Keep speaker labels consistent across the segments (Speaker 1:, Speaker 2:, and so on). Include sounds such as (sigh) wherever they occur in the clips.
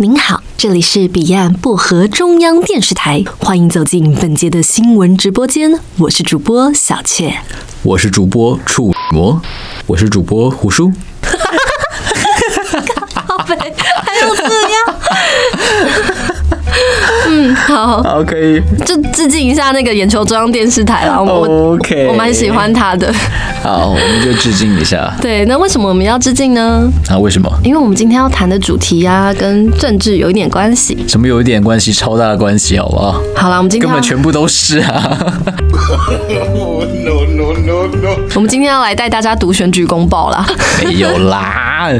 Speaker 1: 您好，这里是彼岸薄荷中央电视台，欢迎走进本节的新闻直播间，我是主播小雀。
Speaker 2: 我是主播触魔，我是主播胡叔。
Speaker 1: 好呗，还有这样。嗯，好，
Speaker 2: OK
Speaker 1: 就致敬一下那个眼球中央电视台 (laughs) 啦。我我
Speaker 2: OK，
Speaker 1: 我蛮喜。欢他的。
Speaker 2: 好，我们就致敬一下。
Speaker 1: 对，那为什么我们要致敬呢？
Speaker 2: 啊，为什么？
Speaker 1: 因为我们今天要谈的主题啊，跟政治有一点关系。
Speaker 2: 什么有一点关系，超大的关系，好不好？
Speaker 1: 好啦，我们今天
Speaker 2: 根
Speaker 1: 要
Speaker 2: 本全部都是啊！
Speaker 3: Oh, no, no, no, no.
Speaker 1: 我们今天要来带大家读选举公报 (laughs) 啦。
Speaker 2: 没有啦。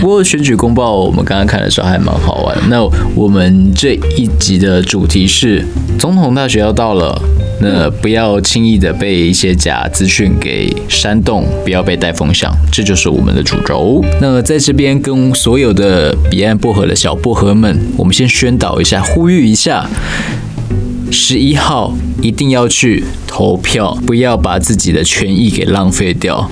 Speaker 2: 不过选举公报我们刚刚看的时候还蛮好玩。那我们这一集的主题是总统大学要到了，那不要轻易的被一些假资讯给煽动，不要被带风向，这就是我们的主轴。那在这边跟所有的彼岸薄荷的小薄荷们，我们先宣导一下，呼吁一下。十一号一定要去投票，不要把自己的权益给浪费掉。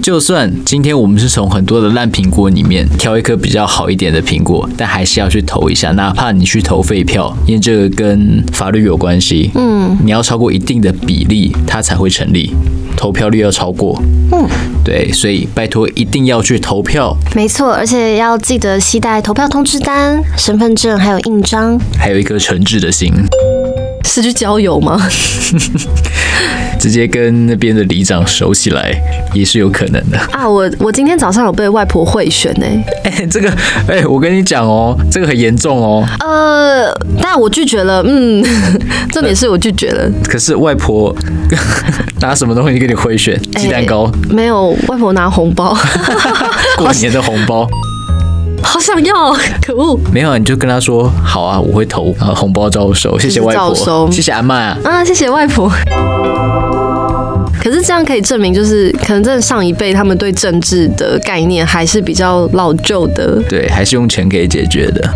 Speaker 2: 就算今天我们是从很多的烂苹果里面挑一颗比较好一点的苹果，但还是要去投一下，哪怕你去投废票，因为这个跟法律有关系。嗯，你要超过一定的比例，它才会成立，投票率要超过。嗯，对，所以拜托一定要去投票，
Speaker 4: 没错，而且要记得携带投票通知单、身份证还有印章。
Speaker 2: 还有一颗诚挚的心，
Speaker 1: 是去郊游吗？
Speaker 4: (laughs)
Speaker 2: 直接跟那边的里长熟起来也是有可能的。
Speaker 1: 啊，我我今天早上有被外婆贿选呢、
Speaker 2: (laughs) 哎、这个，哎、我跟你讲哦，这个很严重哦。
Speaker 1: 呃，但我拒绝了。嗯， (laughs) 重点是我拒绝了。
Speaker 2: 可是外婆 (laughs) 拿什么东西给你回选？鸡蛋糕。
Speaker 1: 哎没有，外婆拿红包， (laughs)
Speaker 2: (laughs) 过年的红包，
Speaker 1: 好想要，可恶。
Speaker 2: 没有啊，你就跟他说好啊，我会投，然后红包照收，谢谢外
Speaker 1: 照收
Speaker 2: 婆，谢谢阿妈。
Speaker 1: 啊，谢谢外婆。可是这样可以证明，就是可能真的上一辈他们对政治的概念还是比较老旧的。
Speaker 2: 对，还是用钱可以解决的。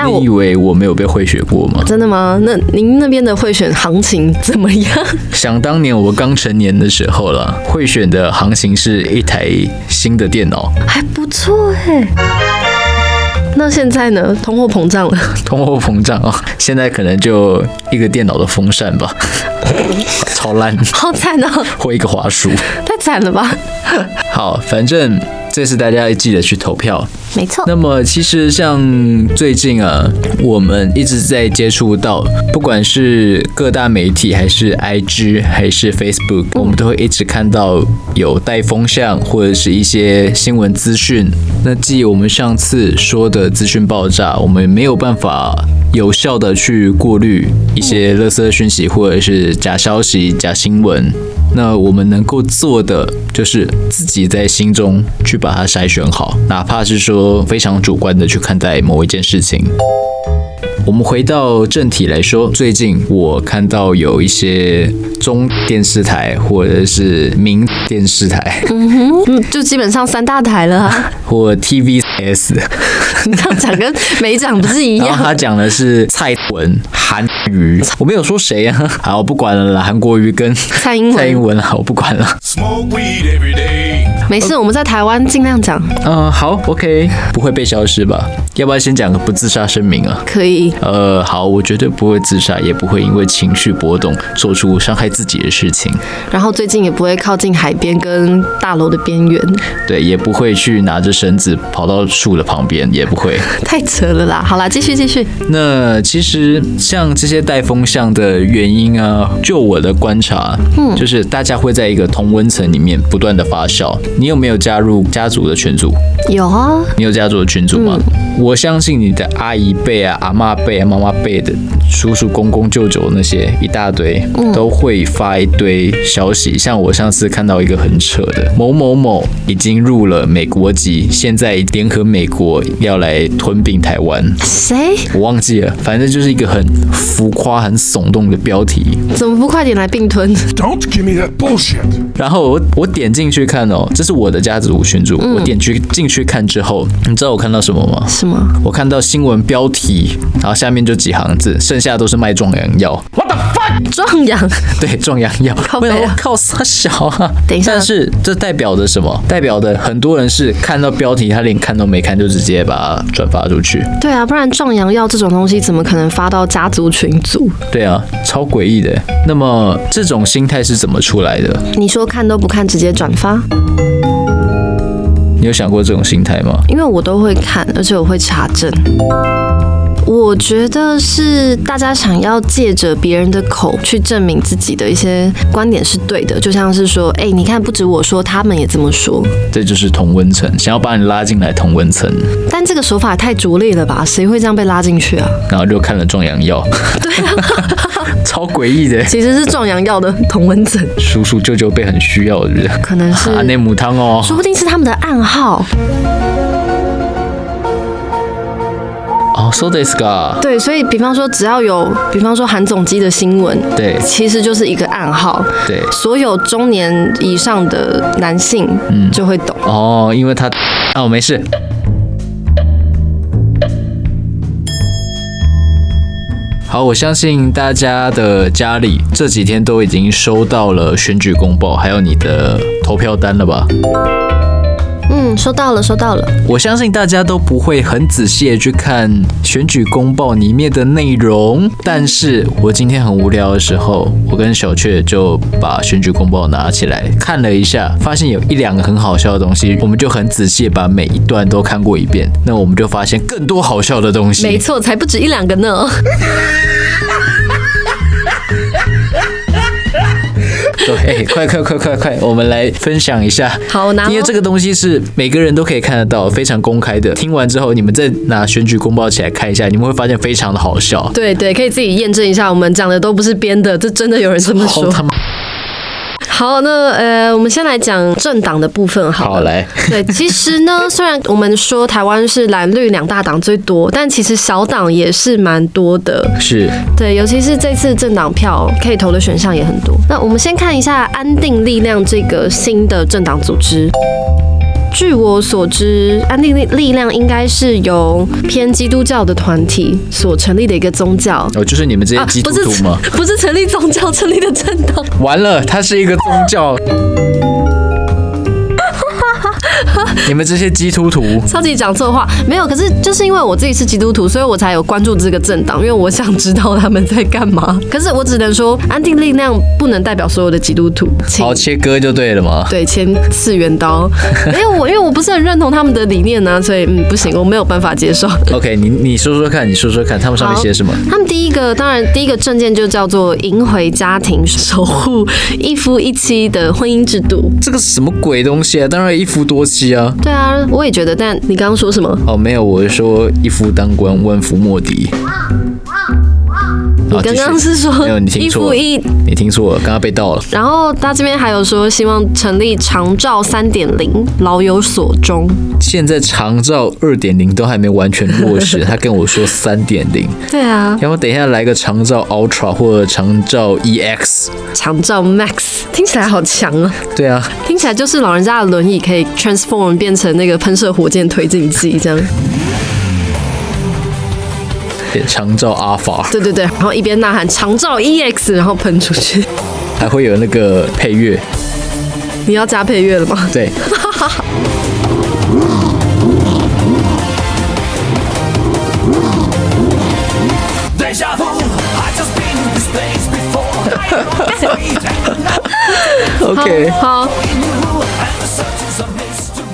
Speaker 1: 但我
Speaker 2: 你以为我没有被贿选过吗？
Speaker 1: 真的吗？那您那边的贿选行情怎么样？
Speaker 2: 想当年我刚成年的时候了，贿选的行情是一台新的电脑， (laughs)
Speaker 1: 还不错哎、那现在呢？通货膨胀了，
Speaker 2: 通货膨胀啊、现在可能就一个电脑的风扇吧， (laughs) 超烂，
Speaker 1: (laughs) 好惨哦，
Speaker 2: 或一个滑鼠。
Speaker 1: 太惨了吧？
Speaker 2: 好，反正这次大家记得去投票，
Speaker 4: 没错，
Speaker 2: 那么其实像最近啊，我们一直在接触到，不管是各大媒体，还是 IG，还是 Facebook，我们都会一直看到有带风向或者是一些新闻资讯。那继我们上次说的资讯爆炸，我们没有办法有效的去过滤一些垃圾讯息或者是假消息、假新闻。那我们能够做的就是自己在心中去把它筛选好，哪怕是说非常主观的去看待某一件事情。我们回到正题来说，最近我看到有一些中电视台或者是民电视台 (laughs)
Speaker 1: 嗯，就基本上三大台了、 (laughs) 啊。
Speaker 2: 或 TVS，
Speaker 1: 你这样讲跟没讲不是一 (laughs)
Speaker 2: 然后
Speaker 1: 样？
Speaker 2: 他讲的是蔡文、韩语，我没有说谁啊，好，我不管了啦，韩国瑜跟
Speaker 1: 蔡英文
Speaker 2: 蔡英文啦，我不管了。
Speaker 3: Smoke weed every day.
Speaker 1: 没事，我们在台湾尽量讲，
Speaker 2: 嗯，好，OK，不会被消失吧？要不要先讲个不自杀声明啊？
Speaker 1: 可以。
Speaker 2: 呃，好，我绝对不会自杀，也不会因为情绪波动做出伤害自己的事情，
Speaker 1: 然后最近也不会靠近海边跟大楼的边缘，
Speaker 2: 对，也不会去拿着绳子跑到树的旁边，也不 (laughs) 会。
Speaker 1: 太扯了啦！好啦，继续继续。
Speaker 2: 那其实像这些带风向的原因啊，就我的观察，嗯，就是大家会在一个同温层里面不断的发酵。你有没有加入家族的群组？
Speaker 1: 有啊，
Speaker 2: 你有家族的群组吗？我相信你的阿姨辈啊、阿嬷辈啊、妈妈辈的叔叔、公公、舅舅那些一大堆，都会发一堆消息。像我上次看到一个很扯的，某某某已经入了美国籍，现在联合美国要来吞并台湾，
Speaker 1: 谁？
Speaker 2: 我忘记了，反正就是一个很浮夸、很耸动的标题。
Speaker 1: 怎么不快点来并吞？
Speaker 3: Don't give me that bullshit.
Speaker 2: 然后我我点进去看哦，这是我的家族群组，我点去进去看之后，你知道我看到什么吗？
Speaker 1: 什什么？
Speaker 2: 我看到新闻标题，然后下面就几行字，剩下都是卖壮阳
Speaker 1: (laughs)
Speaker 2: 药。
Speaker 1: 壮阳？
Speaker 2: 对，壮阳药。
Speaker 1: 靠
Speaker 2: 我
Speaker 1: 北啊
Speaker 2: 想说靠傻小啊！
Speaker 1: 等一下
Speaker 2: 但是这代表着什么？代表的很多人是看到标题，他连看都没看，就直接把它转发出去。
Speaker 1: 对啊，不然壮阳药这种东西怎么可能发到家族群组？
Speaker 2: 对啊，超诡异的。那么这种心态是怎么出来的？
Speaker 1: 你说看都不看直接转发？
Speaker 2: 你有想过这种心态吗？
Speaker 1: 因为我都会看，而且我会查证。我觉得是大家想要借着别人的口去证明自己的一些观点是对的，就像是说，哎、你看，不止我说，他们也这么说。
Speaker 2: 这就是同温层，想要把你拉进来同温层，
Speaker 1: 但这个手法也太拙劣了吧？谁会这样被拉进去啊？
Speaker 2: 然后就看了壮阳药。对、 (laughs) 超诡异
Speaker 1: (laughs)
Speaker 2: 的。
Speaker 1: 其实是壮阳药的 (laughs) 同文层，
Speaker 2: 叔叔舅舅辈很需要，是不是？
Speaker 1: 可能是
Speaker 2: 啊，内母汤哦。
Speaker 1: 说不定是他们的暗号。
Speaker 2: 哦，so this ga，
Speaker 1: 对，所以比方说，只要有比方说韩总机的新闻，
Speaker 2: 对
Speaker 1: 其实就是一个暗号。
Speaker 2: 对。
Speaker 1: 所有中年以上的男性，
Speaker 2: 嗯
Speaker 1: 就会懂。
Speaker 2: 哦，因为他啊，我没事。好，我相信大家的家里这几天都已经收到了选举公报，还有你的投票单了吧？
Speaker 4: 嗯，收到了，收到了。
Speaker 2: 我相信大家都不会很仔细的去看选举公报里面的内容，但是我今天很无聊的时候，我跟小雀就把选举公报拿起来看了一下，发现有一两个很好笑的东西，我们就很仔细地把每一段都看过一遍，那我们就发现更多好笑的东西。
Speaker 1: 没错，才不止一两个呢。
Speaker 2: 对，哎快快快快快，我们来分享一下。
Speaker 1: 好拿哦
Speaker 2: 因为这个东西是每个人都可以看得到，非常公开的。听完之后，你们再拿选举公报起来看一下，你们会发现非常的好笑。
Speaker 1: (laughs) 对对，可以自己验证一下，我们讲的都不是编的，这真的有人这么
Speaker 2: 好
Speaker 1: 说。
Speaker 2: 他妈
Speaker 1: 好，那呃，我们先来讲政党的部分好了。
Speaker 2: 好来。
Speaker 1: 对，其实 (laughs) 呢，虽然我们说台湾是蓝绿两大党最多，但其实小党也是蛮多的。
Speaker 2: 是
Speaker 1: 对，尤其是这次政党票可以投的选项也很多。那我们先看一下安定力量这个新的政党组织。据我所知，安定力力量应该是由偏基督教的团体所成立的一个宗教。
Speaker 2: 哦，就是你们这些
Speaker 1: 啊
Speaker 2: 基，督
Speaker 1: 不是
Speaker 2: 徒吗？
Speaker 1: (laughs) 不是成立宗教成立的政党，
Speaker 2: 完了，它是一个宗
Speaker 1: (laughs)
Speaker 2: 教。你们这些基督徒，
Speaker 1: 超级讲错话，没有。可是就是因为我自己是基督徒，所以我才有关注这个政党，因为我想知道他们在干嘛。可是我只能说，安定力量不能代表所有的基督徒，请
Speaker 2: 好切割就对了嘛。
Speaker 1: 对，签次元
Speaker 2: (laughs)
Speaker 1: 刀。没有我，因为我不是很认同他们的理念呢、所以嗯，不行，我没有办法接受。
Speaker 2: OK，你你说说看，你说说看，他们上面
Speaker 1: 好
Speaker 2: 写什么？
Speaker 1: 他们第一个，当然第一个证件就叫做“赢回家庭守护一夫一妻的婚姻制度
Speaker 2: 这个是什么鬼东西啊？当然一夫多妻啊”。。
Speaker 1: 对啊，我也觉得。但你刚刚说什么？
Speaker 2: 哦，没有，我是说一夫当关，万夫莫敌。
Speaker 1: 你
Speaker 2: 好继
Speaker 1: 刚
Speaker 2: 续
Speaker 1: 刚是说
Speaker 2: 没有，你
Speaker 1: 一
Speaker 2: 听错
Speaker 1: 夫
Speaker 2: 了，
Speaker 1: 一
Speaker 2: 你听错了，刚刚被盗了。
Speaker 1: 然后他这边还有说，希望成立长照三点零，老有所终。
Speaker 2: 现在长照二点零都还没完全落
Speaker 1: (laughs)
Speaker 2: 实，他跟我说三点零。
Speaker 1: 对啊，
Speaker 2: (laughs) 要不等一下来个长照 Ultra 或者长照 E EX？
Speaker 1: 长照 Max 听起来好强啊，
Speaker 2: 对啊，
Speaker 1: 听起来就是老人家的轮椅可以 transform 变成那个喷射火箭推进机这样。
Speaker 2: 对长照 Alpha
Speaker 1: 对对对，然后一边呐喊长照 EX，然后喷出去。 (laughs)
Speaker 2: 还会有那个配乐，
Speaker 1: 你要加配乐了吗？
Speaker 2: 对。
Speaker 5: Deja vu, I just been in this place before. I know the feeling.
Speaker 2: OK，
Speaker 1: 好
Speaker 5: And the search is a mystery.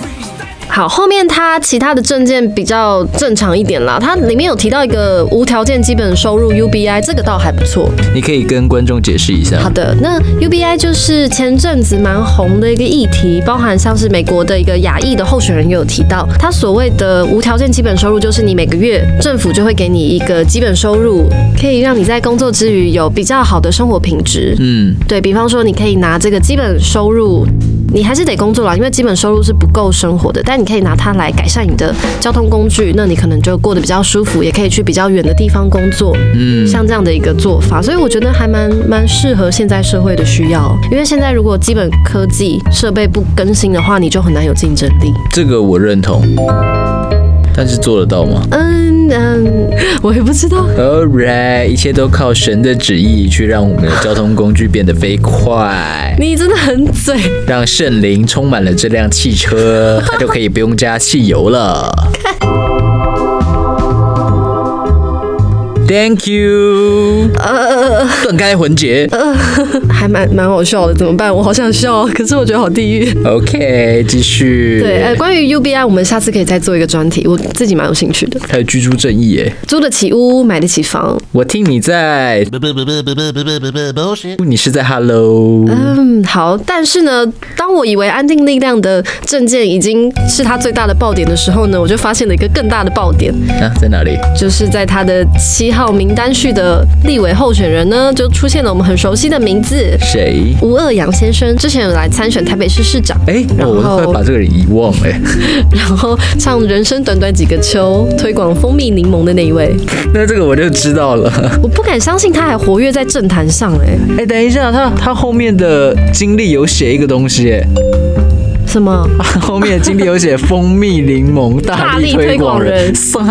Speaker 1: 好，后面它其他的证件比较正常一点啦。它里面有提到一个无条件基本收入 UBI，这个倒还不错。
Speaker 2: 你可以跟观众解释一
Speaker 1: 好
Speaker 2: 下。
Speaker 1: 的，那 UBI 就是前阵子蛮红的一个议题，包含像是美国的一个亚裔的候选人也有提到，他所谓的无条件基本收入，就是你每个月政府就会给你一个基本收入，可以让你在工作之余有比较好的生活品质。
Speaker 2: 嗯，
Speaker 1: 对比方说，你可以拿这个基本收入，你还是得工作啦，因为基本收入是不够生活的，但你可以拿它来改善你的交通工具，那你可能就过得比较舒服，也可以去比较远的地方工作，嗯，像这样的一个做法，所以我觉得还蛮蛮适合现在社会的需要，因为现在如果基本科技设备不更新的话，你就很难有竞争力。
Speaker 2: 这个我认同。但是做得到吗
Speaker 1: 嗯嗯， (laughs) 我也不知道。
Speaker 2: ？All right，一切都靠神的旨意去让我们的交通工具变得飞快，
Speaker 1: 你真的很嘴， (laughs)
Speaker 2: 让圣灵充满了这辆汽 (laughs) 车，它就可以不用加汽油了。Thank you，断开环节。
Speaker 1: 还蛮蛮好笑的，怎么办？我好想笑，可是我觉得好地狱。
Speaker 2: OK，继续。
Speaker 1: 对，呃，关于 UBI，我们下次可以再做一个专题，我自己蛮有兴趣的。
Speaker 2: 还有居住正义耶，
Speaker 1: 租得起屋，买得起房，
Speaker 2: 我听你在，你是在 Hello，
Speaker 1: 嗯，好。但是呢，当我以为安定力量的证件已经是它最大的爆点的时候呢，我就发现了一个更大的爆点，
Speaker 2: 啊，在哪里？
Speaker 1: 就是在它的七号名单序的立委候选人呢，就出现了我们很熟悉的名字 (laughs)
Speaker 2: 谁？
Speaker 1: 吴鄂阳先生，之前有来参选台北市市长。
Speaker 2: 哎、
Speaker 1: 然后
Speaker 2: 我 (laughs) 都快把这个人遗忘了 (laughs) 哎。
Speaker 1: 然后 (laughs) 唱《人生短短几个秋》，推广蜂蜜柠檬的那一位，
Speaker 2: 那这个我就知道了。
Speaker 1: 我不敢相信他还活跃在政坛上哎、
Speaker 2: 哎、等一下，他他后面的经历有写一个东西哎，
Speaker 1: 什么？
Speaker 2: 他 (laughs) 后面的经历有写蜂蜜柠檬
Speaker 1: 大
Speaker 2: 大
Speaker 1: 力
Speaker 2: 力
Speaker 1: 推
Speaker 2: 推
Speaker 1: 广
Speaker 2: 广人
Speaker 1: 人，
Speaker 2: 上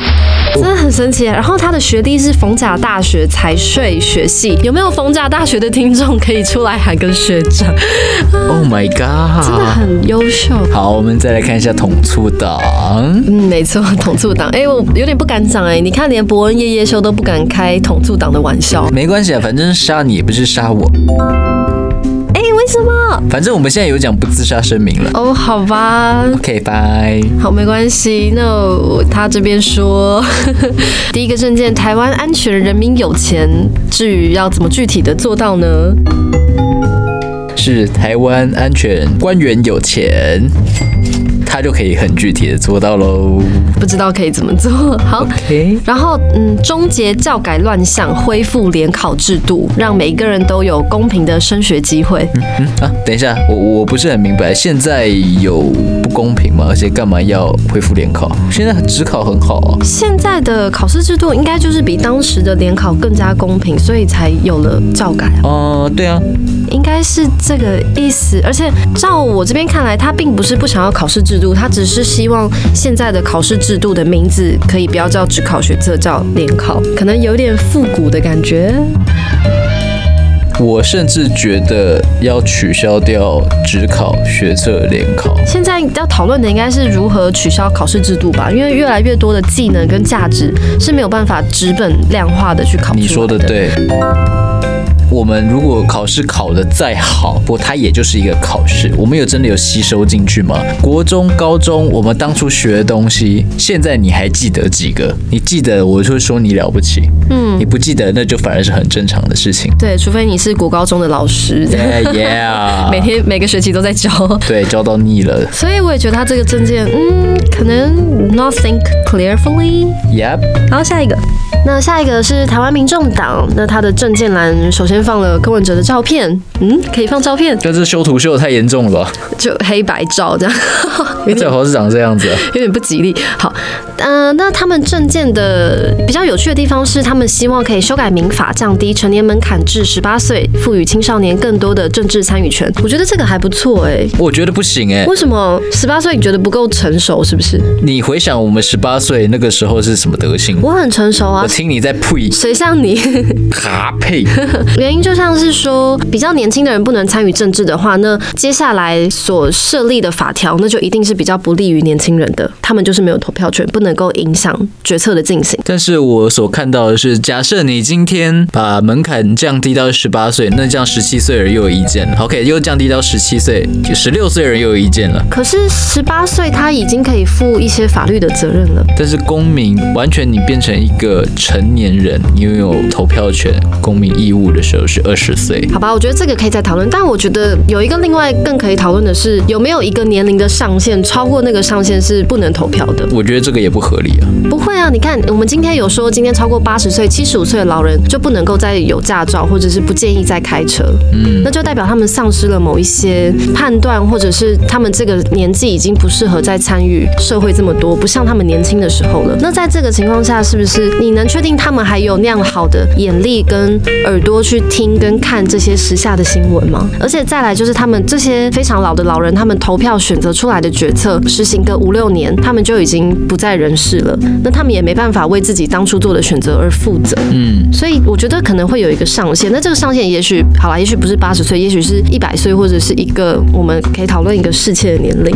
Speaker 1: 真的很神奇、啊。然后他的学历是逢甲大学财税学系，有没有逢甲大学的听众可以出来喊个学长？
Speaker 2: ，Oh my
Speaker 1: 真的
Speaker 2: God！
Speaker 1: 很优秀。
Speaker 2: 好，我们再来看一下统促党。
Speaker 1: 嗯，没错，统促党。哎、我有点不敢讲哎、你看连伯恩夜夜秀都不敢开统促党的玩笑。
Speaker 2: 没关系啊，反正杀你也不是杀我，
Speaker 1: 哎、为什么？
Speaker 2: 反正我们现在有讲不自杀声明了。
Speaker 1: 哦，好吧，
Speaker 2: OK，拜。
Speaker 1: 好，没关系。那我他这边说， (laughs) 第一个证件，台湾安全人民有钱。至于要怎么具体的做到呢？
Speaker 2: 是台湾安全官员有钱，他就可以很具体的做到喽。
Speaker 1: 不知道可以怎么做。 (laughs) 好。
Speaker 2: OK，
Speaker 1: 然后，嗯，终结教改乱象，恢复联考制度，让每一个人都有公平的升学机会。
Speaker 2: 嗯啊，等一下，我我不是很明白，现在有不公平吗？而且干嘛要恢复联考？现在只考很好啊。
Speaker 1: 现在的考试制度应该就是比当时的联考更加公平，所以才有了教改啊，
Speaker 2: 哦、对啊，
Speaker 1: 应该是这个意思。而且照我这边看来，他并不是不想要考试制度，他只是希望现在的考试制度的名字可以不要叫只考学测，叫联考，可能有点复古的感觉。
Speaker 2: 我甚至觉得要取消掉只考学测联考。
Speaker 1: 现在要讨论的应该是如何取消考试制度吧，因为越来越多的技能跟价值是没有办法纸本量化的去考出来
Speaker 2: 你说的
Speaker 1: 的，
Speaker 2: 对。我们如果考试考得再好，不，它也就是一个考试。我们有真的有吸收进去吗？国中、高中，我们当初学的东西，现在你还记得几个？你记得，我就会说你了不起。嗯，你不记得，那就反而是很正常的事
Speaker 1: (laughs)
Speaker 2: 情。
Speaker 1: 对，除非你是国高中的
Speaker 2: (laughs)
Speaker 1: 老师，
Speaker 2: Yeah, yeah
Speaker 1: 每天每个学期都在教。
Speaker 2: 对，教到腻了。
Speaker 1: 所以我也觉得他这个证件，嗯，可能 not think clearly。
Speaker 2: Yep，
Speaker 1: 然后下一个，
Speaker 4: 那下一个是台湾民众党，那他的证件栏首
Speaker 1: 首
Speaker 4: 先放
Speaker 1: 先放
Speaker 4: 了
Speaker 1: 了
Speaker 4: 柯
Speaker 1: 柯
Speaker 4: 文
Speaker 1: 文
Speaker 4: 哲
Speaker 1: 哲
Speaker 4: 的
Speaker 1: 的
Speaker 4: 照
Speaker 1: 照
Speaker 4: 片
Speaker 1: 片，，嗯，可以放照片，
Speaker 2: 但是修图修的太严重了吧？
Speaker 1: 就黑白照这样，
Speaker 2: 最
Speaker 1: 有点
Speaker 2: 好是长这样子啊、
Speaker 4: (laughs)
Speaker 1: 有点不吉利。好，
Speaker 4: 呃，那他们证件的比较有趣的地方是，他们希望可以修改民法，降低成年门槛至十八岁，赋予青少年更多的政治参与权。
Speaker 1: 我觉得这个还不错哎、
Speaker 4: 欸
Speaker 2: 我觉得不行哎、
Speaker 1: 为什么十八岁你觉得不够成熟是不是？
Speaker 2: 你回想我们十八岁那个时候是什么德行？
Speaker 4: 我很成熟啊
Speaker 2: 我，听你在呸，
Speaker 1: 谁像你？
Speaker 2: 卡呸。
Speaker 4: (laughs) 原因就像是说，比较年轻的人不能参与政治的话，那接下来所设立的法条，那就一定是比较不利于年轻人的，他们就是没有投票权，不能够影响决策的进行。
Speaker 2: 但是我所看到的是，假设你今天把门槛降低到十八岁，那这样十七岁人又有意见了。OK，又降低到十七岁，十六岁人又有意见了。
Speaker 4: 可是十八岁他已经可以负一些法律的责任了，
Speaker 2: 但是公民完全你变成一个成年人，你拥有投票权、公民义务的时候是二十岁。
Speaker 4: 好吧？我觉得这个可以再讨论，但我觉得有一个另外更可以讨论的是，有没有一个年龄的上限，超过那个上限是不能投票的。
Speaker 2: 我觉得这个也不合理啊。
Speaker 4: 不会啊，你看，我们今天有说，今天超过八十岁、七十五岁的老人就不能够再有驾照，或者是不建议再开车，嗯，那就代表他们丧失了某一些判断，或者是他们这个年纪已经不适合再参与社会这么多，不像他们年轻的时候了。那在这个情况下，是不是你能确定他们还有那样好的眼力跟耳朵去听跟看这些时下的新闻吗？而且再来就是他们这些非常老的老人，他们投票选择出来的决
Speaker 1: 策实行个五六年，他们就已经不在人世了，那他们也没办法为自己当初做的选择而负责。
Speaker 2: 嗯，
Speaker 1: 所以我觉得可能会有一个上限，那这个上限也许好啦，也许不是八十岁，也许是一百岁，或者是一个我们可以讨论一个世界的年龄。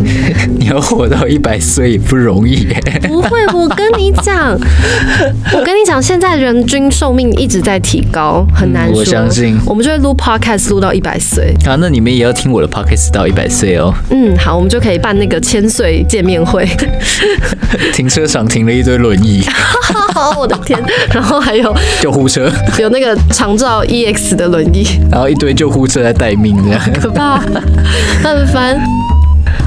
Speaker 2: 你要活到一百岁也不容易欸耶。
Speaker 1: (laughs)
Speaker 2: (laughs)
Speaker 1: 不会，我跟你讲， (laughs) 我跟你讲，现在人均寿命一直在提高，很难
Speaker 2: 嗯
Speaker 1: 说。
Speaker 2: 我相信
Speaker 1: 我们就会录 podcast 录到一百岁。
Speaker 2: 啊，那你们也要听我的 podcast 到一百岁哦。
Speaker 1: 嗯，好，我们就可以办那个千岁见面 (laughs) 会。
Speaker 2: 停车场停了一堆轮 (laughs) 椅，
Speaker 1: 我的天，然后还有
Speaker 2: 救护车，
Speaker 1: 有那个长照 EX 的轮椅，
Speaker 2: 然后一堆救护车在待命这 (laughs) 样。
Speaker 1: 可怕，很烦。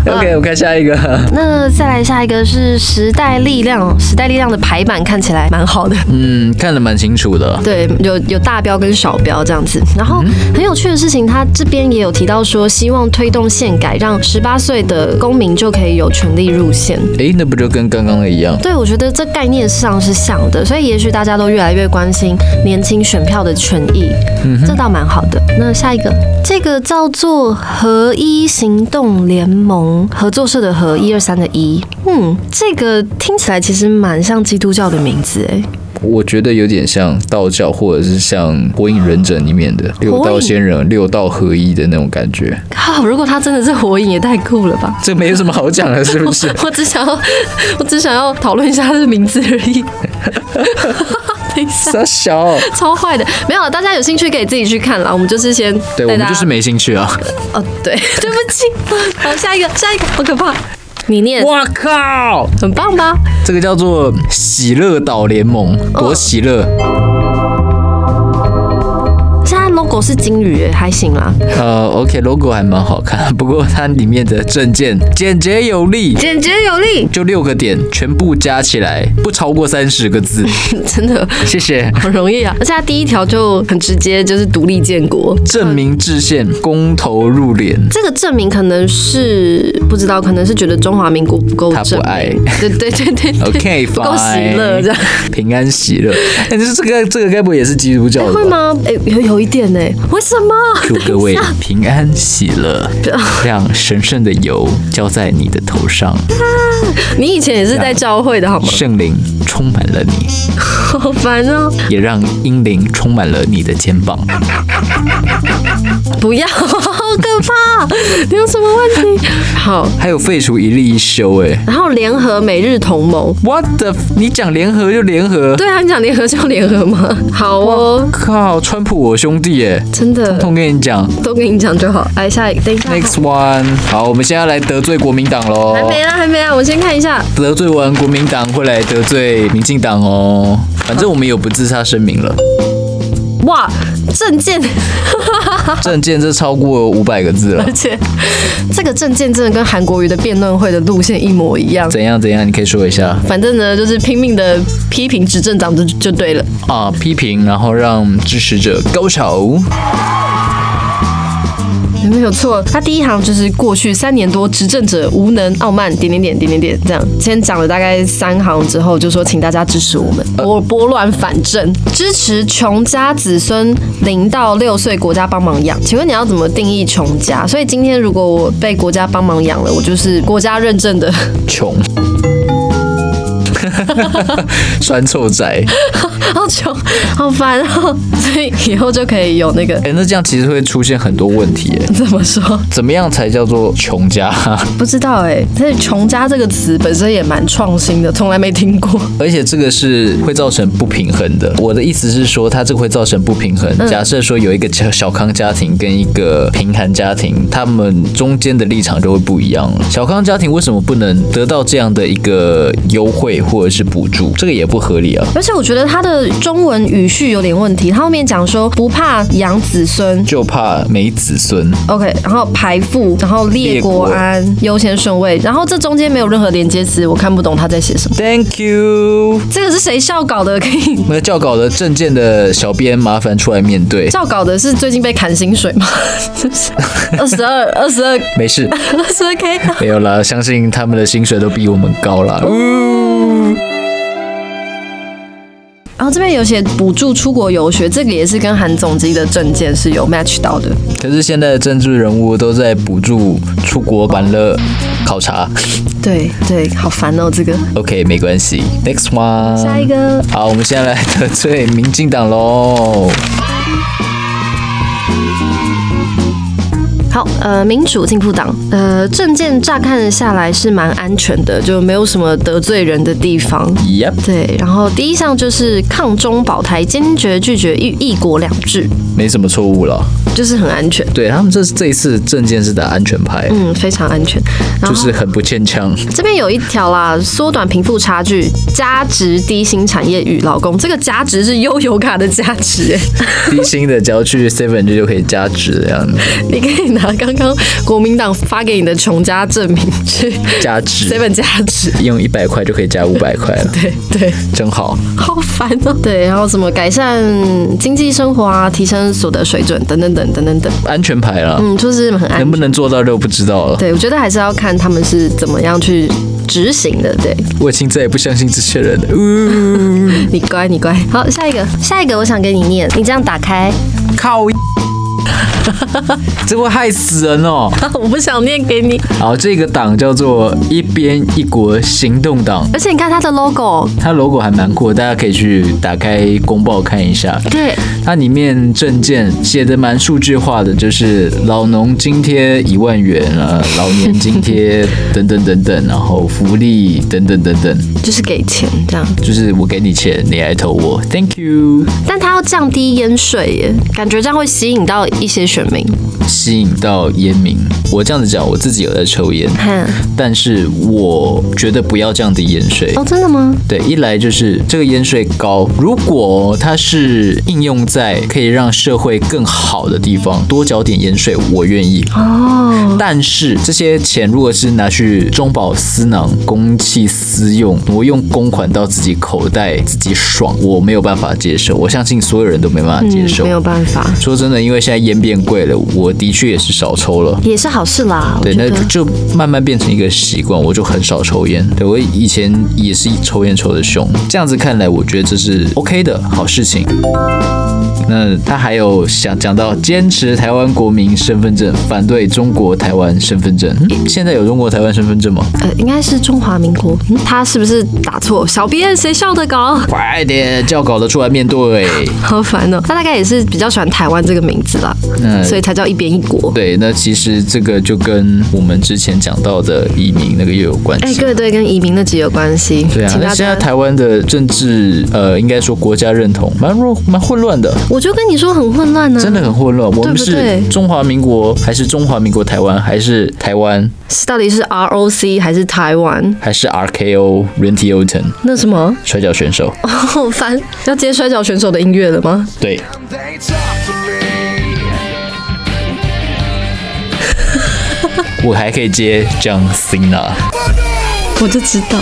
Speaker 2: OK，我看下一个。
Speaker 1: 那再来下一个是时代力量，时代力量的排版看起来蛮好的。
Speaker 2: 嗯，看得蛮清楚的。
Speaker 1: 对，有有大标跟小标这样子。然后很有趣的事情，他这边也有提到说，希望推动宪改，让十八岁的公民就可以有权利入宪。
Speaker 2: 诶，那不就跟刚刚的一样？
Speaker 1: 对，我觉得这概念上是像的，所以也许大家都越来越关心年轻选票的权益，
Speaker 2: 嗯
Speaker 1: 这倒蛮好的。那下一个，这个叫做合一行动联盟合作社的合一二三的一，嗯，这个听起来其实蛮像基督教的名字欸诶。
Speaker 2: 我觉得有点像道教，或者是像《火影忍者》里面的六道仙人、六道合一的那种感 (laughs) 觉。
Speaker 1: 靠，如果他真的是火影，也太酷了 (laughs) 吧！
Speaker 2: 这没有什么好讲的，是不 (laughs) 是？
Speaker 1: 我只想要，我只想要讨论一下他的名字而已。等一下，
Speaker 2: 傻小，
Speaker 1: 超坏的，没有，大家有兴趣可以自己去看啦。我们就是先
Speaker 2: 对我
Speaker 1: 带
Speaker 2: 们
Speaker 1: 大家
Speaker 2: 就是没兴趣啊。
Speaker 1: 哦，对， (laughs) 对不起，好，下一个，下一个，好可怕。你念
Speaker 2: 哇靠！
Speaker 1: 很棒吧？
Speaker 2: 这个叫做喜乐岛联盟，多喜乐。
Speaker 1: 现在 logo 是金鱼耶，还行啦，
Speaker 2: 呃，OK，logo、还蛮好看，不过它里面的证件简洁有力，
Speaker 1: 简洁有力， (laughs)
Speaker 2: 就六个点，全部加起来不超过三十个
Speaker 1: (laughs)
Speaker 2: 字。
Speaker 1: 真的
Speaker 2: 谢谢。
Speaker 1: 很容易啊。而且它第一条就很直接，就是独立建国。
Speaker 2: 证明制宪，公投入联。
Speaker 1: 这个证明可能是不知道，可能是觉得中华民国不够
Speaker 2: 他不
Speaker 1: 正，
Speaker 2: 爱
Speaker 1: 对对对对对 (laughs)
Speaker 2: OK，
Speaker 1: 不够喜乐
Speaker 2: fine
Speaker 1: 这样。
Speaker 2: 平安喜
Speaker 1: (laughs)
Speaker 2: 乐。哎、你说这个这个该不会也是基督教的吧？
Speaker 1: 会吗？哎、有有一点呢、为什 (laughs) 么？
Speaker 2: 祝各位平安喜乐，
Speaker 1: (laughs)
Speaker 2: 让神圣的油浇在你的头上，
Speaker 1: 你以前也是在教会的 (laughs) 好吗？
Speaker 2: 圣灵充满了你，
Speaker 1: 好烦哦、
Speaker 2: 也让英灵充满了你的肩膀。
Speaker 1: 不要， (laughs) 好可怕！你有什么问题？好，
Speaker 2: 还有废除一例一休、哎
Speaker 1: 然后联合美日同盟。
Speaker 2: ，what the？f- 你讲联合就联合，
Speaker 1: 对啊，你想联合就联合吗？ (laughs) 好哦，
Speaker 2: 靠，川普我兄弟、哎，
Speaker 1: 真的
Speaker 2: 通跟你讲
Speaker 1: 都跟你讲就好。来，下一，等一下，
Speaker 2: ，next one。好，我们现在来得罪国民党喽。
Speaker 1: 还没啦，啊还没啦，我先看一下。
Speaker 2: 得罪完国民党会来得罪民进党哦。反正我们有不自杀声明了，
Speaker 1: 哇，证件， (laughs)
Speaker 2: 证件这超过五百个字了
Speaker 1: 而。且这个证件真的跟韩国瑜的辩论会的路线一模一样。
Speaker 2: 怎样怎样？你可以说一下
Speaker 1: 反正呢，就是拼命的批评执政党就就对了。
Speaker 2: 啊，批评，然后让支持者高潮。
Speaker 1: 有没有错？他第一行就是过去三年多执政者无能、傲慢，点点点点点点这样。先讲了大概三行之后，就说请大家支持我们拨拨乱反正，支持穷家子孙零到六岁国家帮忙养。请问你要怎么定义穷家？所以今天如果我被国家帮忙养了，我就是国家认证的 (laughs)
Speaker 2: 穷， (laughs) 酸臭仔。
Speaker 1: 好穷，好烦哦。所以以后就可以有那个 (laughs)
Speaker 2: 哎、那这样其实会出现很多问题耶。
Speaker 1: 怎么说？
Speaker 2: 怎么样才叫做穷家？
Speaker 1: 不知道哎、但是穷家这个词本身也蛮创新的，从来没听过。
Speaker 2: 而且这个是会造成不平衡的。我的意思是说，它这个会造成不平衡。假设说有一个小小康家庭跟一个贫寒家庭，他们中间的立场就会不一样了。小康家庭为什么不能得到这样的一个优惠或者是补助？这个也不合理啊。
Speaker 1: 而且我觉得他的中文语序有点问题，他后面讲说不怕养子孙
Speaker 2: 就怕没子孙，
Speaker 1: ，OK，然后排富，然后列国安优先顺位，然后这中间没有任何连接词，我看不懂他在写什么。
Speaker 2: Thank you。
Speaker 1: 这个是谁校稿的？可以
Speaker 2: 那教稿的证件的小编，麻烦出来面对。
Speaker 1: 校稿的是最近被砍薪水吗？ (laughs) 是不是？二十二，二十二，
Speaker 2: 没事，
Speaker 1: 二十二 K。
Speaker 2: 没有啦，相信他们的薪水都比我们高啦。
Speaker 4: 然后这边有写补助出国游学，这个也是跟韩总机的证件是有 match 到的。
Speaker 2: 可是现在的政治人物都在补助出国玩乐考察。
Speaker 4: 对对，好烦哦，这个
Speaker 2: OK，没关系。Next one，
Speaker 4: 下一个
Speaker 2: 好，我们现在来得罪民进党喽。
Speaker 1: 好，呃，民主进步党，呃，证件乍看下来是蛮安全的，就没有什么得罪人的地方。
Speaker 2: Yep，
Speaker 1: 对，然后第一项就是抗中保台，坚决拒绝一一国两制，
Speaker 2: 没什么错误了。
Speaker 1: 就是很安全，
Speaker 2: 对他们这这一次证件是打安全牌，
Speaker 1: 嗯，非常安全。然
Speaker 2: 就
Speaker 1: 后
Speaker 2: 是很不欠枪。
Speaker 1: 这边有一条啦，缩短贫富差距，加值低薪产业与劳工，这个加值是悠游卡的加值，哎
Speaker 2: 低薪的只要去 Seven 就可以加值这样子，
Speaker 1: (laughs) 你可以拿刚刚国民党发给你的穷家证明去
Speaker 2: 加值
Speaker 1: seven 加值，
Speaker 2: 用一百块就可以加五百块了，
Speaker 1: 对对。
Speaker 2: 真好。
Speaker 1: (laughs) 好烦哦、对，然后什么改善经济生活啊，提升所得水准等等等等等等，
Speaker 2: 安全牌了，
Speaker 1: 嗯，就是很安
Speaker 2: 能不
Speaker 1: 全。
Speaker 2: 能做到就不知道了。
Speaker 1: 对，我觉得还是要看他们是怎么样去执行的。对
Speaker 2: 我已经再也不相信这些人了。呜
Speaker 1: (laughs) 你乖，你乖。好，下一个，下一个，我想给你念，你这样打开，
Speaker 2: 靠！这会害死人哦！
Speaker 1: (laughs) 我不想念给你。
Speaker 2: 好，这个党叫做“一边一国行动党
Speaker 1: 而且你看它的 logo，”，
Speaker 2: 它 logo 还蛮酷的，大家可以去打开公报看一下。
Speaker 1: 对，
Speaker 2: 它里面证件写的蛮数据化的，就是老农津贴一万元啊，老年津贴等等等等，然后福利等等等等，
Speaker 1: 就是给钱这样。
Speaker 2: 就是我给你钱，你来投我，Thank you，
Speaker 1: 但它要降低烟税耶，感觉这样会吸引到一些选 (laughs) 民。
Speaker 2: 吸引到烟民。我这样子讲，我自己有在抽烟，
Speaker 1: 哼，
Speaker 2: 但是我觉得不要这样的烟税。
Speaker 1: 哦，真的吗？
Speaker 2: 对，一来就是这个烟税高，如果它是应用在可以让社会更好的地方，多缴点烟税，我愿意。
Speaker 1: 哦，
Speaker 2: 但是这些钱如果是拿去中饱私囊、公器私用，挪用公款到自己口袋，自己爽，我没有办法接受。我相信所有人都没办法接
Speaker 1: 嗯，
Speaker 2: 受。
Speaker 1: 没有办法，
Speaker 2: 说真的，因为现在烟变贵了，我的确也是少抽了。
Speaker 1: 也是好事啦。我
Speaker 2: 对，
Speaker 1: 觉
Speaker 2: 那
Speaker 1: 得
Speaker 2: 就就慢慢变成一个习惯，我就很少抽烟。对我以前也是抽烟抽的凶，这样子看来，我觉得这是 OK 的好事情。那他还有想讲到坚持台湾国民身份证，反对中国台湾身份证。嗯现在有中国台湾身份证吗？
Speaker 1: 呃，应该是中华民国。嗯，他是不是打错？小编谁笑的稿？
Speaker 2: 快点叫稿的出来面对。
Speaker 1: (laughs) 好烦哦、他大概也是比较喜欢台湾这个名字啦，
Speaker 2: 嗯
Speaker 1: 所以才叫一边一国。
Speaker 2: 对，那其实这个就跟我们之前讲到的移民那个又有关
Speaker 1: 哎、
Speaker 2: 系。
Speaker 1: 对对，跟移民那集有关系。
Speaker 2: 对啊，
Speaker 1: 请
Speaker 2: 那
Speaker 1: 大
Speaker 2: 现在
Speaker 1: 家。
Speaker 2: 台湾的政治，呃，应该说国家认同蛮弱、蛮混乱的，
Speaker 1: 我就跟你说很混乱呢、啊
Speaker 2: 真的很混乱。我们
Speaker 1: 嗯对不对
Speaker 2: 是中华民国，还是中华民国台湾，还是台湾，
Speaker 1: 是到底是 ROC 还是台湾？
Speaker 2: 还是 RKO Randy Orton
Speaker 1: 那什么，
Speaker 2: 摔跤选手？
Speaker 1: (laughs) 好烦！要接摔跤选手的音乐了吗？
Speaker 2: 对，
Speaker 3: They talk to me.
Speaker 2: 我还可以接 John Cena。
Speaker 1: 我就知道。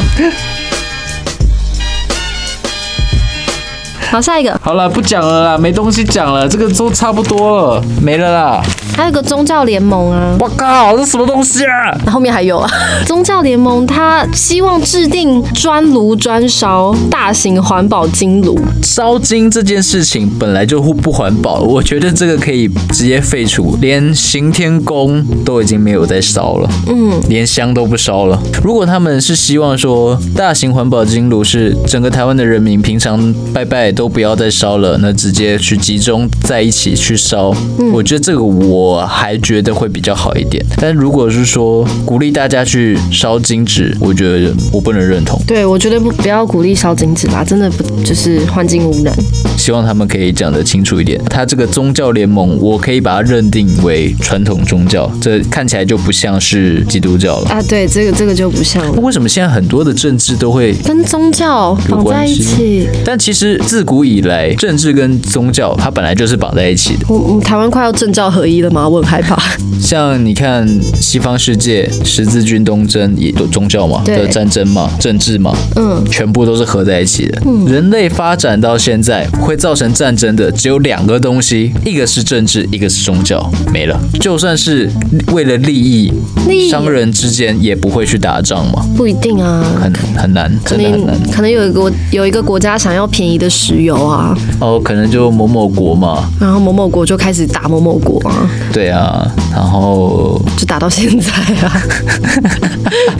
Speaker 1: 好，下一个，
Speaker 2: 好了，不讲了啦，没东西讲了，这个都差不多了，没了啦。
Speaker 1: 还有个宗教联盟啊。
Speaker 2: 我靠，这什么东西啊？
Speaker 1: 后面还有啊， (laughs) 宗教联盟它希望制定专炉专烧大型环保金炉，
Speaker 2: 烧金这件事情本来就不环保，我觉得这个可以直接废除，连行天宫都已经没有在烧了，嗯，连香都不烧了。如果他们是希望说大型环保金炉是整个台湾的人民平常拜拜都不要再烧了，那直接去集中在一起去烧，我觉得这个我还觉得会比较好一点。但如果是说鼓励大家去烧金纸，我觉得我不能认同。
Speaker 1: 对我觉得不不要鼓励烧金纸啦，真的不就是环境污染。
Speaker 2: 希望他们可以讲得清楚一点。他这个宗教联盟，我可以把它认定为传统宗教，这看起来就不像是基督教了。
Speaker 1: 啊，对，这个这个就不像了，
Speaker 2: 为什么现在很多的政治都会
Speaker 1: 跟宗教
Speaker 2: 有
Speaker 1: 绑在
Speaker 2: 关
Speaker 1: 一
Speaker 2: 系
Speaker 1: 起。？
Speaker 2: 但其实自古以来，政治跟宗教它本来就是绑在一起的。
Speaker 1: 我我台湾快要政教合一了吗？我很害怕。
Speaker 2: 像你看西方世界十字军东征也有宗教嘛
Speaker 1: 对
Speaker 2: 的战争嘛，政治嘛，
Speaker 1: (laughs) 嗯，
Speaker 2: 全部都是合在一起的。人类发展到现在会造成战争的只有两个东西，一个是政治，一个是宗教，没了。就算是为了利益，
Speaker 1: 利益
Speaker 2: 商人之间也不会去打仗嘛，
Speaker 1: 不一定啊，
Speaker 2: 很很难，
Speaker 1: 可
Speaker 2: 真的很难。
Speaker 1: 能可能有一个国有一个国家想要便宜的石石油啊，
Speaker 2: 哦，可能就某某国嘛，
Speaker 1: 然后某某国就开始打某某国啊，
Speaker 2: 对啊，然后
Speaker 1: 就打到现在 (laughs) 啊。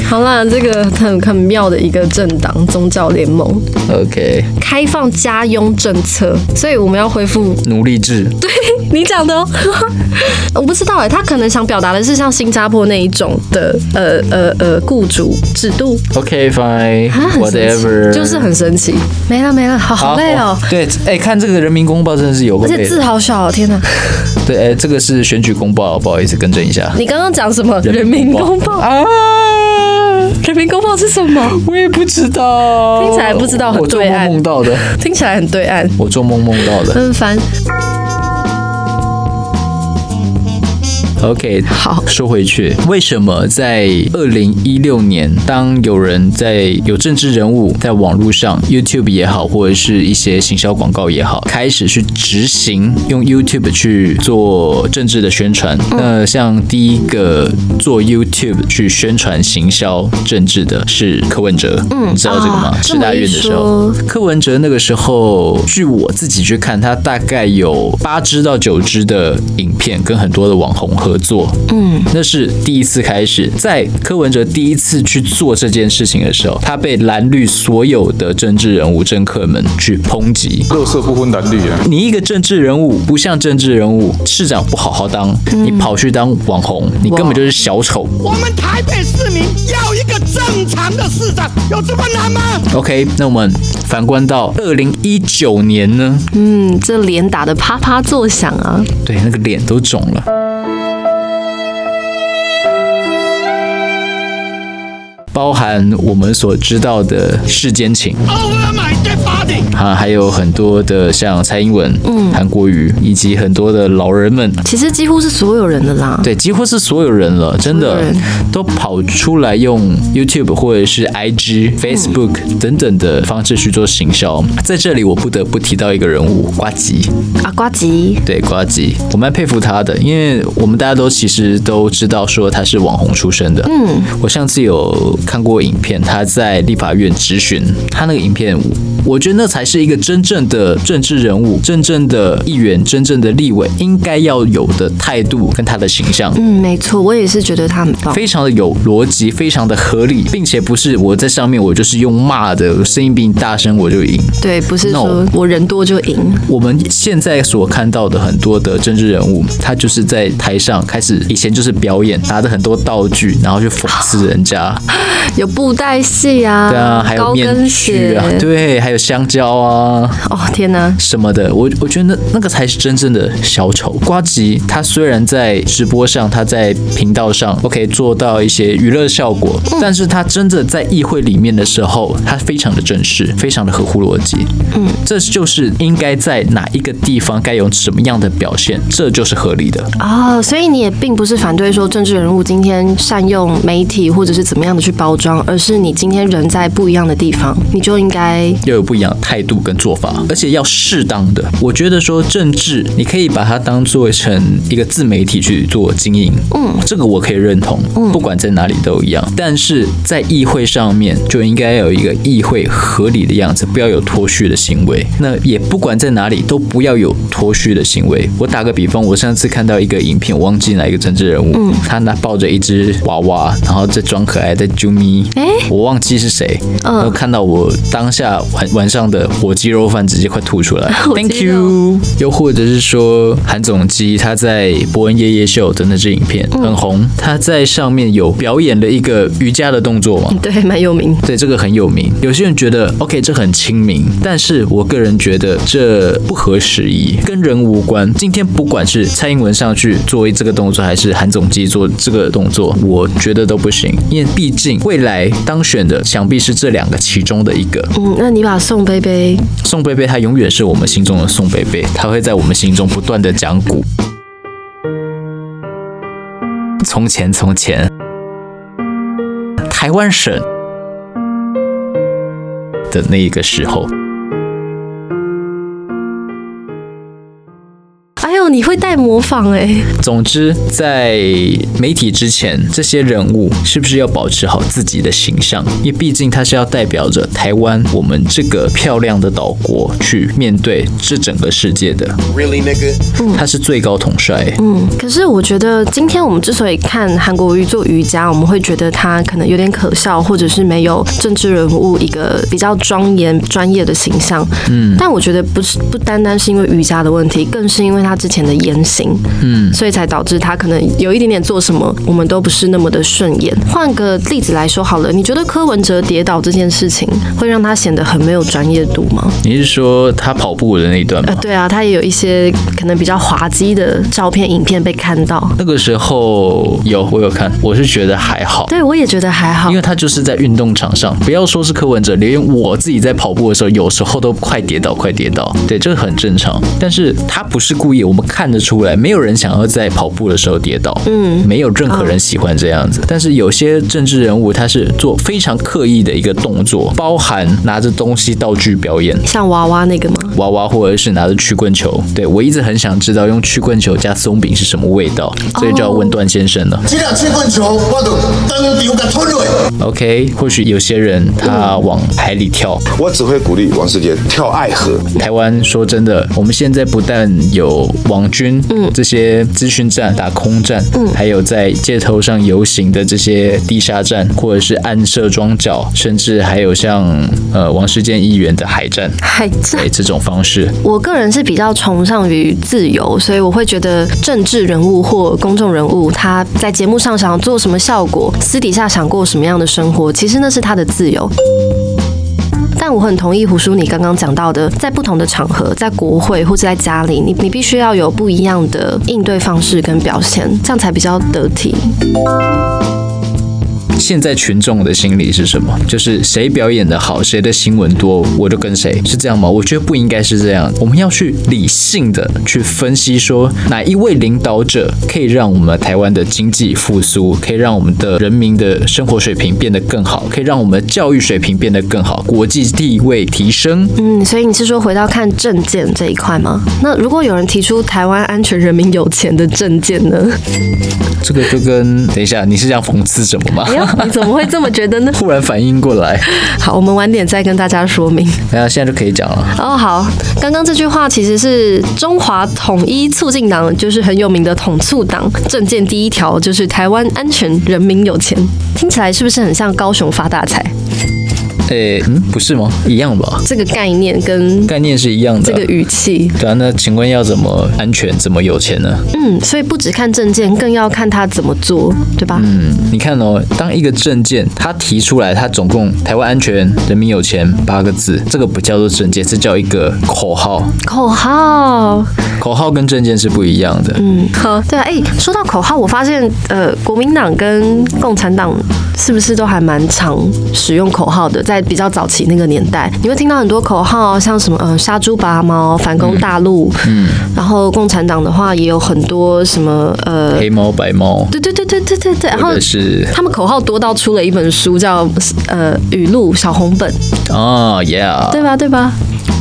Speaker 1: 好啦，这个很很妙的一个政党宗教联盟，
Speaker 2: OK，
Speaker 1: 开放家佣政策，所以我们要恢复
Speaker 2: 奴隶制，
Speaker 1: 你讲的、哦， (laughs) 我不知道哎，他可能想表达的是像新加坡那一种的呃呃呃雇主制度，
Speaker 2: OK fine
Speaker 1: 啊，很神奇
Speaker 2: whatever，
Speaker 1: 就是很神奇。没了没了，好好累哦。
Speaker 2: 对，哎、看这个人民公报真的是有够
Speaker 1: 而
Speaker 2: 累
Speaker 1: 且
Speaker 2: 的。
Speaker 1: 字好小、哦， (laughs) 天哪！
Speaker 2: 对，哎、这个是选举公报，不好意思，更正一下。
Speaker 1: 你刚刚讲什么？人民公报？
Speaker 2: 啊，
Speaker 1: 人民公报是什么？
Speaker 2: 我也不知道，
Speaker 1: 听起来不知道很
Speaker 2: 我做
Speaker 1: 对
Speaker 2: 梦
Speaker 1: 岸
Speaker 2: 梦到的，
Speaker 1: 听起来很对岸，
Speaker 2: 我做梦梦到
Speaker 1: (laughs)
Speaker 2: 的。
Speaker 1: 很嗯烦。
Speaker 2: OK，
Speaker 1: 好
Speaker 2: 说回去，为什么在二零一六年，当有人在有政治人物在网络上 YouTube 也好，或者是一些行销广告也好，开始去执行用 YouTube 去做政治的宣传？
Speaker 1: 嗯
Speaker 2: 那像第一个做 YouTube 去宣传行销政治的是柯文哲，嗯，你知道这个吗？
Speaker 1: 啊
Speaker 2: 师大院的时
Speaker 1: 这么
Speaker 2: 候
Speaker 1: 一，
Speaker 2: 柯文哲那个时候，据我自己去看，他大概有八支到九支的影片，跟很多的网红合作。嗯，那是第一次开始，在柯文哲第一次去做这件事情的时候，他被蓝绿所有的政治人物、政客们去抨击。
Speaker 6: 乐色不分蓝绿啊！
Speaker 2: 你一个政治人物不像政治人物，市长不好好当，你跑去当网红，你根本就是小丑。
Speaker 7: 我们台北市民要一个正常的市长，有这么难吗？
Speaker 2: OK，那我们反观到二零一九年呢？
Speaker 1: 嗯，这脸打得啪啪作响啊！
Speaker 2: 对，那个脸都肿了。包含我们所知道的世间情
Speaker 7: Over my dead body，
Speaker 2: 啊，还有很多的像蔡英文、嗯、韩国瑜，以及很多的老人们，
Speaker 1: 其实几乎是所有人的啦。
Speaker 2: 对，几乎是所有人了，真
Speaker 1: 所有
Speaker 2: 的
Speaker 1: 人
Speaker 2: 都跑出来用 YouTube 或者是 IG、Facebook
Speaker 1: 嗯
Speaker 2: 等等的方式去做行销。在这里，我不得不提到一个人物瓜吉。
Speaker 1: 啊，瓜吉，
Speaker 2: 对，瓜吉，我蛮佩服他的，因为我们大家都其实都知道说他是网红出身的。嗯，我上次有看过影片，他在立法院质询，他那个影片，我觉得那才是一个真正的政治人物、真正的议员、真正的立委应该要有的态度跟他的形象。
Speaker 1: 嗯，没错，我也是觉得他哦很棒。
Speaker 2: 非常的有逻辑，非常的合理，并且不是我在上面我就是用骂的，声音比你大声我就赢。
Speaker 1: 对，不是
Speaker 2: No
Speaker 1: 说我人多就赢，
Speaker 2: 我们现在所看到的很多的政治人物，他就是在台上开始，以前就是表演，拿着很多道具，然后去讽刺人家，
Speaker 1: 有布袋戏啊，
Speaker 2: 对啊，还有
Speaker 1: 高
Speaker 2: 面
Speaker 1: 跟
Speaker 2: 具
Speaker 1: 鞋
Speaker 2: 啊，对，还有香蕉啊
Speaker 1: 哦，天哪！
Speaker 2: 什么的。我我觉得那那个才是真正的小丑。瓜吉他虽然在直播上，他在频道上，OK 做到一些娱乐效果，但是他真的在议会里面的时候，他非常的正式，非常的合乎逻辑。这就是应该在哪一个地方该有什么样的表现，这就是合理的。
Speaker 1: 哦，所以你也并不是反对说政治人物今天善用媒体或者是怎么样的去包装，而是你今天人在不一样的地方，你就应该
Speaker 2: 要有不一样的态度跟做法，而且要适当的。我觉得说政治，你可以把它当做成一个自媒体去做经营，嗯，这个我可以认同，不管在哪里都一样。但是在议会上面就应该有一个议会合理的样子，不要有脱序的行为。那也不管在哪里都不要有脱序的行为。我打个比方，我上次看到一个影片，我忘记哪一个政治人物，他拿抱着一只娃娃，然后在装可爱，在啾咪，我忘记是谁，然后看到我当下晚晚上的火鸡肉饭直接快吐出来，Thank you。又或者是说韩总机他在伯恩夜夜秀的那支影片很红，他在上面有表演了一个瑜伽的动作嘛，
Speaker 1: 对蛮有名。
Speaker 2: 对，这个很有名。有些人觉得 OK，这很亲民，但是我个人觉得这不合时宜，跟人无关。今天不管是蔡英文上去做这个动作，还是韩总机做这个动作，我觉得都不行，因为毕竟未来当选的想必是这两个其中的一个。
Speaker 1: 嗯，那你把宋贝贝
Speaker 2: 宋贝贝她永远是我们心中的宋贝贝，她会在我们心中不断的讲古。从前，从前，台湾省的那一个时候，
Speaker 1: 哎呦，哦，你会带模仿哎、
Speaker 2: 总之，在媒体之前，这些人物是不是要保持好自己的形象？因为毕竟他是要代表着台湾我们这个漂亮的岛国去面对这整个世界的。
Speaker 3: Really, nigga?
Speaker 2: 他是最高统帅，
Speaker 1: 可是我觉得今天我们之所以看韩国瑜做瑜伽，我们会觉得他可能有点可笑，或者是没有政治人物一个比较庄严、专业的形象。嗯，但我觉得不是不单单是因为瑜伽的问题，更是因为他之前的言行，嗯，所以才导致他可能有一点点做什么，我们都不是那么的顺眼。换个例子来说好了，你觉得柯文哲跌倒这件事情会让他显得很没有专业度吗？
Speaker 2: 你是说他跑步的那一段吗
Speaker 1: 呃，？对啊，他也有一些可能比较滑稽的照片、影片被看到。
Speaker 2: 那个时候有我有看，我是觉得还好。
Speaker 1: 对，我也觉得还好
Speaker 2: 因。为他就是在运动场上，不要说是柯文哲，连我自己在跑步的时候，有时候都快跌倒，快跌倒，对，这个很正常。但是他不是故意，我们看得出来，没有人想要在跑步的时候跌倒，嗯，没有任何人喜欢这
Speaker 1: 哦
Speaker 2: 样子。但是有些政治人物，他是做非常刻意的一个动作，包含拿着东西道具表演。
Speaker 1: 像娃娃那个吗？
Speaker 2: 娃娃或者是拿着曲棍球，对我一直很想知道用曲棍球加松饼是什么味道，所以就要问段先生了。
Speaker 6: 这粒曲棍球，我就当场给吞落。
Speaker 2: OK，或许有些人他往海里跳，
Speaker 6: 我只会鼓励王世杰跳爱河。
Speaker 2: 台湾说真的，我们现在不但有网军，嗯，这些资讯站、打空战，嗯，还有在街头上游行的这些地下站，或者是暗设庄脚，甚至还有像呃王世坚议员的海 (laughs) 战，
Speaker 1: 海战
Speaker 2: 哎，。这种方式，
Speaker 1: 我个人是比较崇尚于自由，所以我会觉得政治人物或公众人物，他在节目上想要做什么效果，私底下想过什么样的生活，其实那是他的自由。但我很同意胡叔你刚刚讲到的，在不同的场合，在国会或者在家里，你你必须要有不一样的应对方式跟表现，这样才比较得体。
Speaker 2: 现在群众的心理是什么？就是谁表演的好，谁的新闻多，我就跟谁，是这样吗？我觉得不应该是这样。我们要去理性的去分析，说哪一位领导者可以让我们台湾的经济复苏，可以让我们的人民的生活水平变得更好，可以让我们的教育水平变得更好，国际地位提升。
Speaker 1: 嗯，所以你是说回到看证件这一块吗？那如果有人提出台湾安全人民有钱的证件呢？
Speaker 2: 这个就跟等一下，你是想讽
Speaker 1: (laughs)
Speaker 2: 刺什么吗？
Speaker 1: 哎呀，你怎么会这么觉得呢？ (laughs)
Speaker 2: 忽然反应过来，
Speaker 1: 好，我们晚点再跟大家说明。
Speaker 2: 然后现在就可以讲了。
Speaker 1: 哦，好，刚刚这句话其实是中华统一促进党，就是很有名的统促党政见第一条，就是台湾安全，人民有钱。听起来是不是很像高雄发大财
Speaker 2: 诶，嗯，不是吗？一样吧，
Speaker 1: 这个概念跟
Speaker 2: 概念是一样的。
Speaker 1: 这个语气？
Speaker 2: 对啊，那请问要怎么安全，怎么有钱呢？
Speaker 1: 嗯，所以不只看证件，更要看他怎么做，对吧？
Speaker 2: 嗯，你看哦，当一个证件他提出来，他总共台湾安全、人民有钱八个字，这个不叫做证件，这叫一个口号。
Speaker 1: 口号，
Speaker 2: 口号跟证件是不一样的。
Speaker 1: 嗯，好，对啊，哎、说到口号，我发现呃，国民党跟共产党是不是都还蛮常使用口号的？在比较早期那个年代，你会听到很多口号，像什么呃杀猪拔毛、反攻大陆，嗯，然后共产党的话也有很多什么呃，
Speaker 2: 黑猫白猫，
Speaker 1: 对对对对对对对，然后
Speaker 2: 或者。是
Speaker 1: 他们口号多到出了一本书，叫呃语录小红本，
Speaker 2: 啊、y e a h
Speaker 1: 对吧？对吧？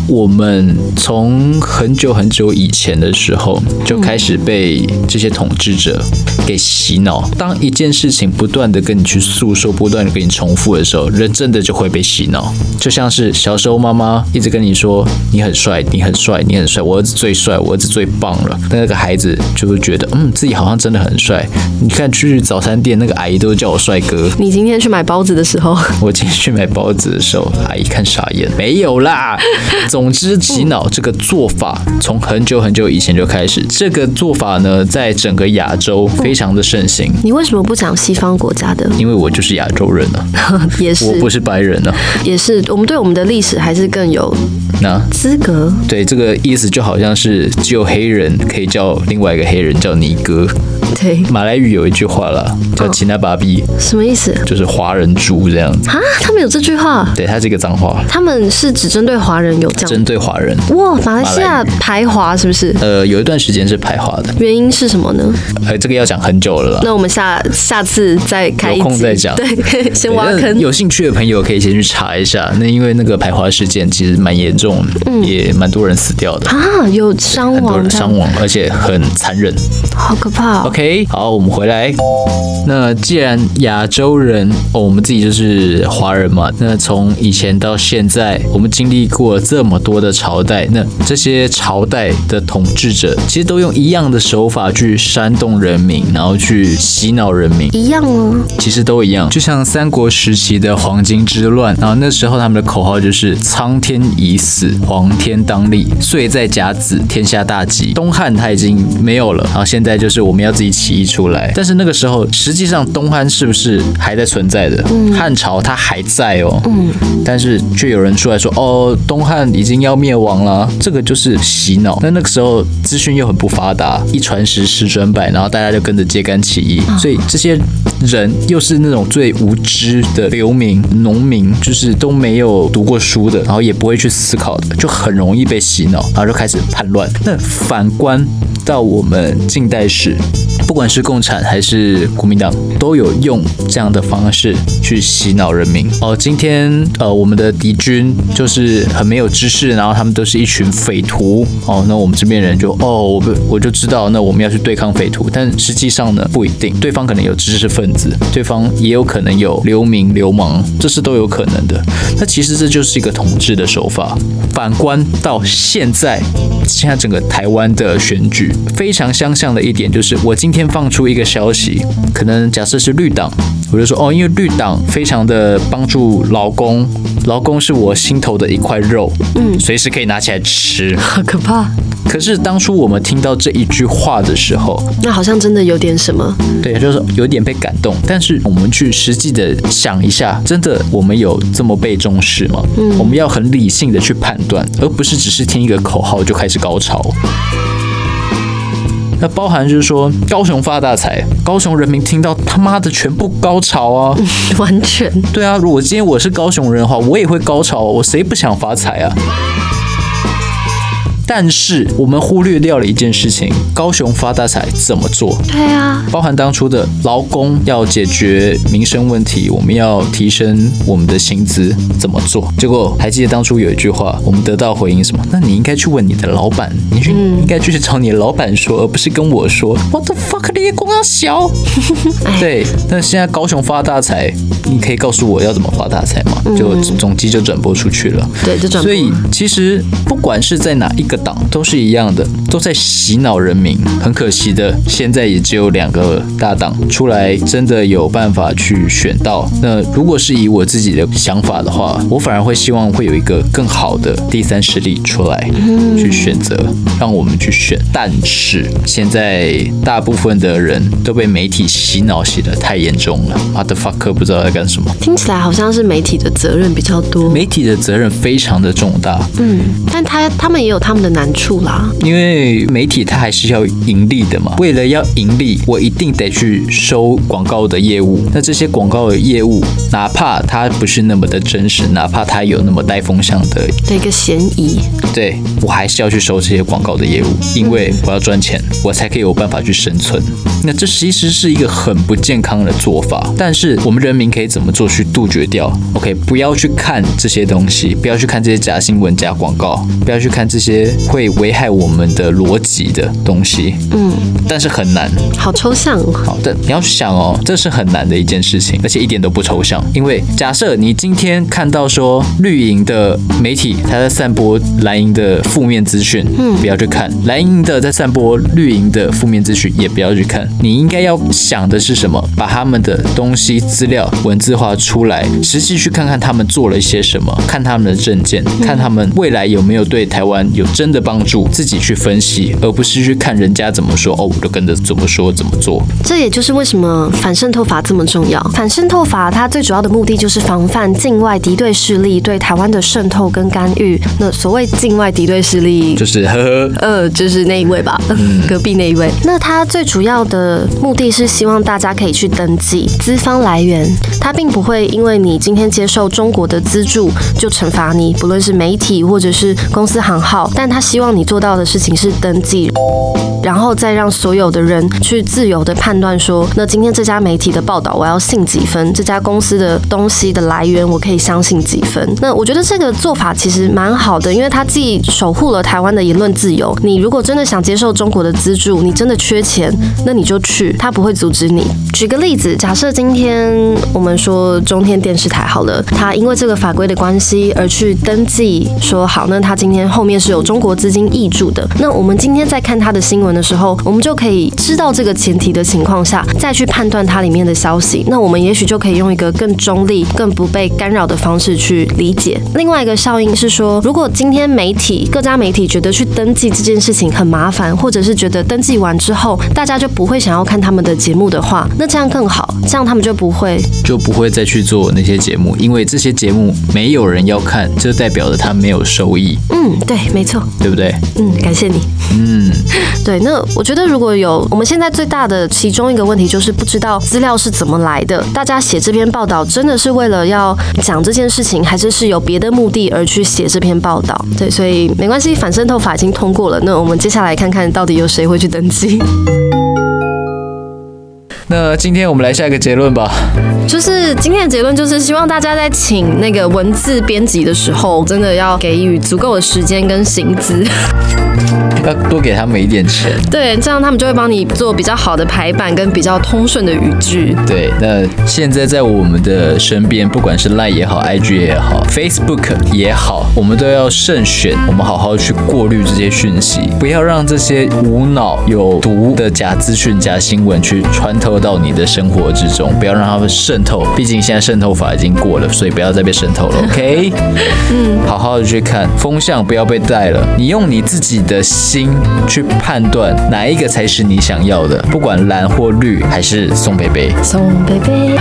Speaker 2: 我们从很久很久以前的时候就开始被这些统治者给洗脑。当一件事情不断的跟你去诉说，不断的跟你重复的时候，人真的就会被洗脑。就像是小时候妈妈一直跟你说你很帅，你很帅，你很帅，我儿子最帅，我儿子最棒了。那个孩子就会觉得，嗯，自己好像真的很帅。你看去早餐店那个阿姨都叫我帅哥，
Speaker 1: 你今天去买包子的时候，
Speaker 2: 我今天去买包子的时候，阿姨看傻眼，没有啦。总之，洗脑这个做法从很久很久以前就开始，这个做法呢，在整个亚洲非常的盛行。
Speaker 1: 你为什么不讲西方国家的？
Speaker 2: 因为我就是亚洲人啊，
Speaker 1: 也是，
Speaker 2: 我不是白人啊。
Speaker 1: 也是，我们对我们的历史还是更有
Speaker 2: 那
Speaker 1: 资格。
Speaker 2: 对这个意思就好像是只有黑人可以叫另外一个黑人叫尼哥，
Speaker 1: 对，
Speaker 2: 马来语有一句话啦，叫“吉纳巴比
Speaker 1: 什么意思”，
Speaker 2: 就是华人猪这样子。
Speaker 1: 啊？他们有这句话，
Speaker 2: 对，它是一个脏话，
Speaker 1: 他们是只针对华人有这样。
Speaker 2: 针对华人。
Speaker 1: 哇，马来西
Speaker 2: 马
Speaker 1: 亚
Speaker 2: 来
Speaker 1: 排华是不是？
Speaker 2: 呃，有一段时间是排华的，
Speaker 1: 原因是什么呢？
Speaker 2: 呃，这个要讲很久了啦。
Speaker 1: 那我们下下次再开一集
Speaker 2: 有空再讲
Speaker 1: 对，先挖
Speaker 2: 对但
Speaker 1: 坑。
Speaker 2: 有兴趣的朋友可以先去查一下。那因为那个排华事件其实蛮严重，也蛮多人死掉的，
Speaker 1: 啊，有伤
Speaker 2: 很多
Speaker 1: 嗯亡嗯
Speaker 2: 人
Speaker 1: 这样，
Speaker 2: 伤亡，而且很残忍。
Speaker 1: 好可怕、哦。
Speaker 2: OK，好，我们回来。那既然亚洲人，哦，我们自己就是华人嘛。那从以前到现在，我们经历过这么多的朝代，那这些朝代的统治者其实都用一样的手法去煽动人民，然后去洗脑人民。
Speaker 1: 一样啊，
Speaker 2: 其实都一样，就像三国时期的黄巾之乱，然后那时候他们的口号就是“苍天已死，黄天当立，岁在甲子，天下大吉”。东汉他已经没有了，然后现在就是我们要自己起义出来。但是那个时候，实际上东汉是不是还在存在的？汉朝它还在哦，嗯，但是却有人出来说：“哦，东汉已经要灭亡了。”这个就是洗脑。那那个时候资讯又很不发达，一传十，十传百，然后大家就跟着揭竿起义。所以这些人又是那种最无知的流民、农民，就是都没有读过书的，然后也不会去思考的，就很容易被洗脑，然后就开始叛乱。那反观到我们近代史，不管是共产还是国民党，都有用这样的方式去洗脑人民。哦，今天呃，我们的敌军就是很没有知识，然后他们都是一群匪徒。哦，那我们这边人就哦，我不我就知道，那我们要去对抗匪徒。但实际上呢，不一定，对方可能有知识分子，对方也有可能有流民、流氓，这是都有可能的。那其实这就是一个统治的手法。反观到现在，现在整个台湾的选举非常相像的一点就是，我今天放出一个消息，可能假设是绿党，我就说哦，因为绿党非常的帮助劳工，劳工是我心头的一块肉，嗯，随时可以拿起来吃。
Speaker 1: 好可怕。
Speaker 2: 可是当初我们听到这一句话的时候，
Speaker 1: 那好像真的有点什么。 (laughs)
Speaker 2: 对，就是有点被感动。但是我们去实际的想一下，真的我们有这么被重视吗？嗯，我们要很理性的去判断，而不是只是听一个口号就开始高潮。那包含就是说，高雄发大财，高雄人民听到他妈的全部高潮啊！
Speaker 1: 完全
Speaker 2: 对啊，如果今天我是高雄人的话，我也会高潮，啊我谁不想发财啊？但是我们忽略掉了一件事情：高雄发大财怎么做？
Speaker 1: 对啊，
Speaker 2: 包含当初的劳工要解决民生问题，我们要提升我们的薪资，怎么做？结果还记得当初有一句话，我们得到回应什么？那你应该去问你的老板，你去、
Speaker 1: 嗯
Speaker 2: 应该去找你的老板说，而不是跟我说。What the fuck，你光要小？ (laughs) 对，那现在高雄发大财，你可以告诉我要怎么发大财吗？
Speaker 1: 嗯
Speaker 2: 就总机就转播出去了。
Speaker 1: 对，就转
Speaker 2: 所以其实不管是在哪一个党，都是一样的，都在洗脑人民。很可惜的，现在也只有两个大党出来，真的有办法去选到。那如果是以我自己的想法的话，我反而会希望会有一个更好的第三势力出来去选择，让我们去选。但是现在大部分的人都被媒体洗脑洗得太严重了，motherfucker 不知道在干什么。
Speaker 1: 听起来好像是媒体的责任比较多。
Speaker 2: 媒体的责任非常的重大，
Speaker 1: 嗯，但他他们也有他们的难处啦。
Speaker 2: 因为媒体它还是要盈利的嘛，为了要盈利，我一定得去收广告的业务。那这些广告的业务，哪怕它不是那么的真实，哪怕它有那么带风向的，
Speaker 1: 的一个嫌疑，
Speaker 2: 对我还是要去收这些广告的业务，因为我要赚钱，我才可以有办法去生存。那这其实是一个很不健康的做法，但是我们人民可以怎么做去杜绝掉？OK，不要去看这些东西，不要去看这些假新闻、假广告，不要去看这些会危害我们的逻辑的东西。嗯，但是很难。
Speaker 1: 好抽象哦。
Speaker 2: 好的，你要去想哦，这是很难的一件事情，而且一点都不抽象。因为假设你今天看到说绿营的媒体他在散播蓝营的负面资讯，嗯，不要去看；蓝营的在散播绿营的负面资讯，也不要去看。你应该要想的是什么？把他们的东西资料文字化出来，实际去看看他们做了一些什么，看他们的证件，看他们未来有没有对台湾有真。真的帮助自己去分析，而不是去看人家怎么说，哦，我就跟着怎么说怎么做。
Speaker 1: 这也就是为什么反渗透法这么重要。反渗透法它最主要的目的就是防范境外敌对势力对台湾的渗透跟干预。那所谓境外敌对势力，
Speaker 2: 就是呵呵，
Speaker 1: 呃，就是那一位吧，隔壁那一位。那他最主要的目的是希望大家可以去登记资方来源，他并不会因为你今天接受中国的资助就惩罚你，不论是媒体或者是公司行号，但他希望你做到的事情是登记。然后再让所有的人去自由的判断说，那今天这家媒体的报道我要信几分，这家公司的东西的来源我可以相信几分。那我觉得这个做法其实蛮好的，因为它既守护了台湾的言论自由。你如果真的想接受中国的资助，你真的缺钱，那你就去，他不会阻止你。举个例子，假设今天我们说中天电视台好了，他因为这个法规的关系而去登记说好，那他今天后面是有中国资金挹注的。那我们今天在看他的新闻的时候，我们就可以知道这个前提的情况下，再去判断它里面的消息。那我们也许就可以用一个更中立、更不被干扰的方式去理解。另外一个效应是说，如果今天媒体各家媒体觉得去登记这件事情很麻烦，或者是觉得登记完之后大家就不会想要看他们的节目的话，那这样更好，这样他们就不会
Speaker 2: 就不会再去做那些节目，因为这些节目没有人要看，这代表着他没有收益，
Speaker 1: 嗯，对，没错，
Speaker 2: 对不对？
Speaker 1: 嗯，感谢你。
Speaker 2: 嗯，
Speaker 1: (laughs) 对，那我觉得如果有我们现在最大的其中一个问题就是不知道资料是怎么来的，大家写这篇报道真的是为了要讲这件事情，还是是有别的目的而去写这篇报道？ (laughs) 对，所以没关系，反渗透法已经通过了，那我们接下来看看到底有谁会去登记。
Speaker 2: 那今天我们来下一个结论吧。
Speaker 1: 就是今天的结论就是希望大家在请那个文字编辑的时候，真的要给予足够的时间跟薪资。 (laughs)
Speaker 2: 要多给他们一点钱。
Speaker 1: 对，这样他们就会帮你做比较好的排版跟比较通顺的语句。
Speaker 2: 对，那现在在我们的身边，不管是 Line 也好，IG 也好，Facebook 也好，我们都要慎选，我们好好去过滤这些讯息，不要让这些无脑有毒的假资讯、假新闻去穿透到你的生活之中，不要让它们渗透。毕竟现在渗透法已经过了，所以不要再被渗透了，OK？嗯，好好的去看风向，不要被带了。你用你自己的心去判断哪一个才是你想要的，不管蓝或绿还是宋贝贝。
Speaker 1: 送 baby。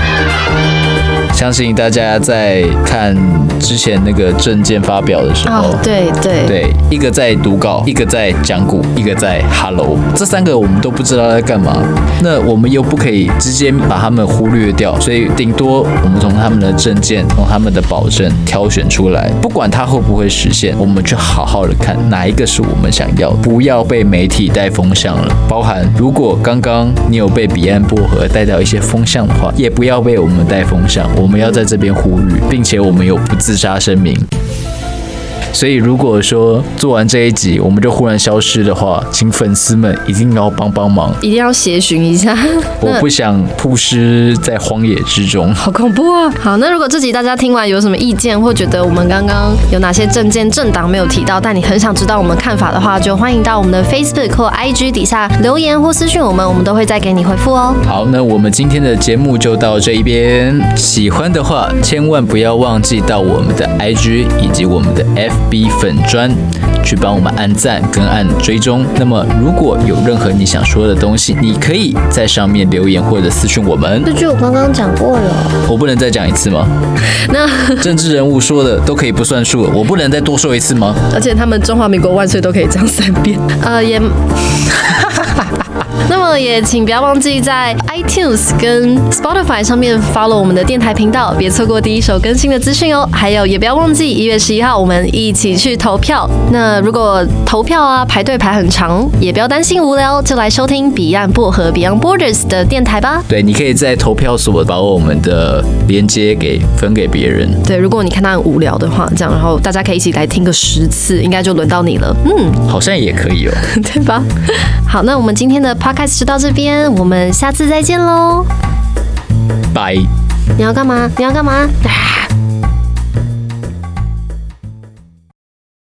Speaker 2: 相信大家在看之前那个证件发表的时候，
Speaker 1: 哦，对对
Speaker 2: 对，一个在读稿，一个在讲古，一个在 hello，这三个我们都不知道在干嘛。那我们又不可以直接把他们忽略掉，所以顶多我们从他们的证件，从他们的保证挑选出来，不管它会不会实现，我们去好好的看哪一个是我们想要的，不要被媒体带风向了。包含如果刚刚你有被彼岸薄荷带到一些风向的话，也不要被我们带风向，我们要在这边呼吁，并且我们有不自杀声明。所以如果说做完这一集我们就忽然消失的话，请粉丝们一定要帮帮忙，
Speaker 1: 一定要协寻一下， (laughs)
Speaker 2: 我不想曝尸在荒野之中。
Speaker 1: 好恐怖啊！好，那如果这集大家听完有什么意见，或觉得我们刚刚有哪些证件政党没有提到，但你很想知道我们看法的话，就欢迎到我们的 Facebook 或 IG 底下留言或私讯我们，我们都会再给你回复哦。
Speaker 2: 好，那我们今天的节目就到这一边。喜欢的话，千万不要忘记到我们的 IG 以及我们的 FB 粉砖去帮我们按赞跟按追踪。那么，如果有任何你想说的东西，你可以在上面留言或者私讯我们。
Speaker 1: 这句我刚刚讲过了，
Speaker 2: 我不能再讲一次吗？
Speaker 1: 那
Speaker 2: 政治人物说的都可以不算数了，我不能再多说一次吗？
Speaker 1: 而且他们中华民国万岁都可以讲三遍，呃也。 (laughs) 那么也请不要忘记在 iTunes 跟 Spotify 上面 follow 我们的电台频道，别错过第一手更新的资讯哦。还有也不要忘记一月十一号我们一起去投票。那如果投票啊排队排很长，也不要担心无聊，就来收听彼岸薄荷 Beyond Borders 的电台吧。
Speaker 2: 对，你可以在投票所把我们的连接给分给别人。
Speaker 1: 对，如果你看他很无聊的话，这样然后大家可以一起来听个十次，应该就轮到你了。嗯。
Speaker 2: 好像也可以哦。
Speaker 1: (laughs) 对吧？好，那我们今天的 podcast 就到这边，我们下次再见喽！
Speaker 2: 拜。
Speaker 1: 你要干嘛？你要干嘛？啊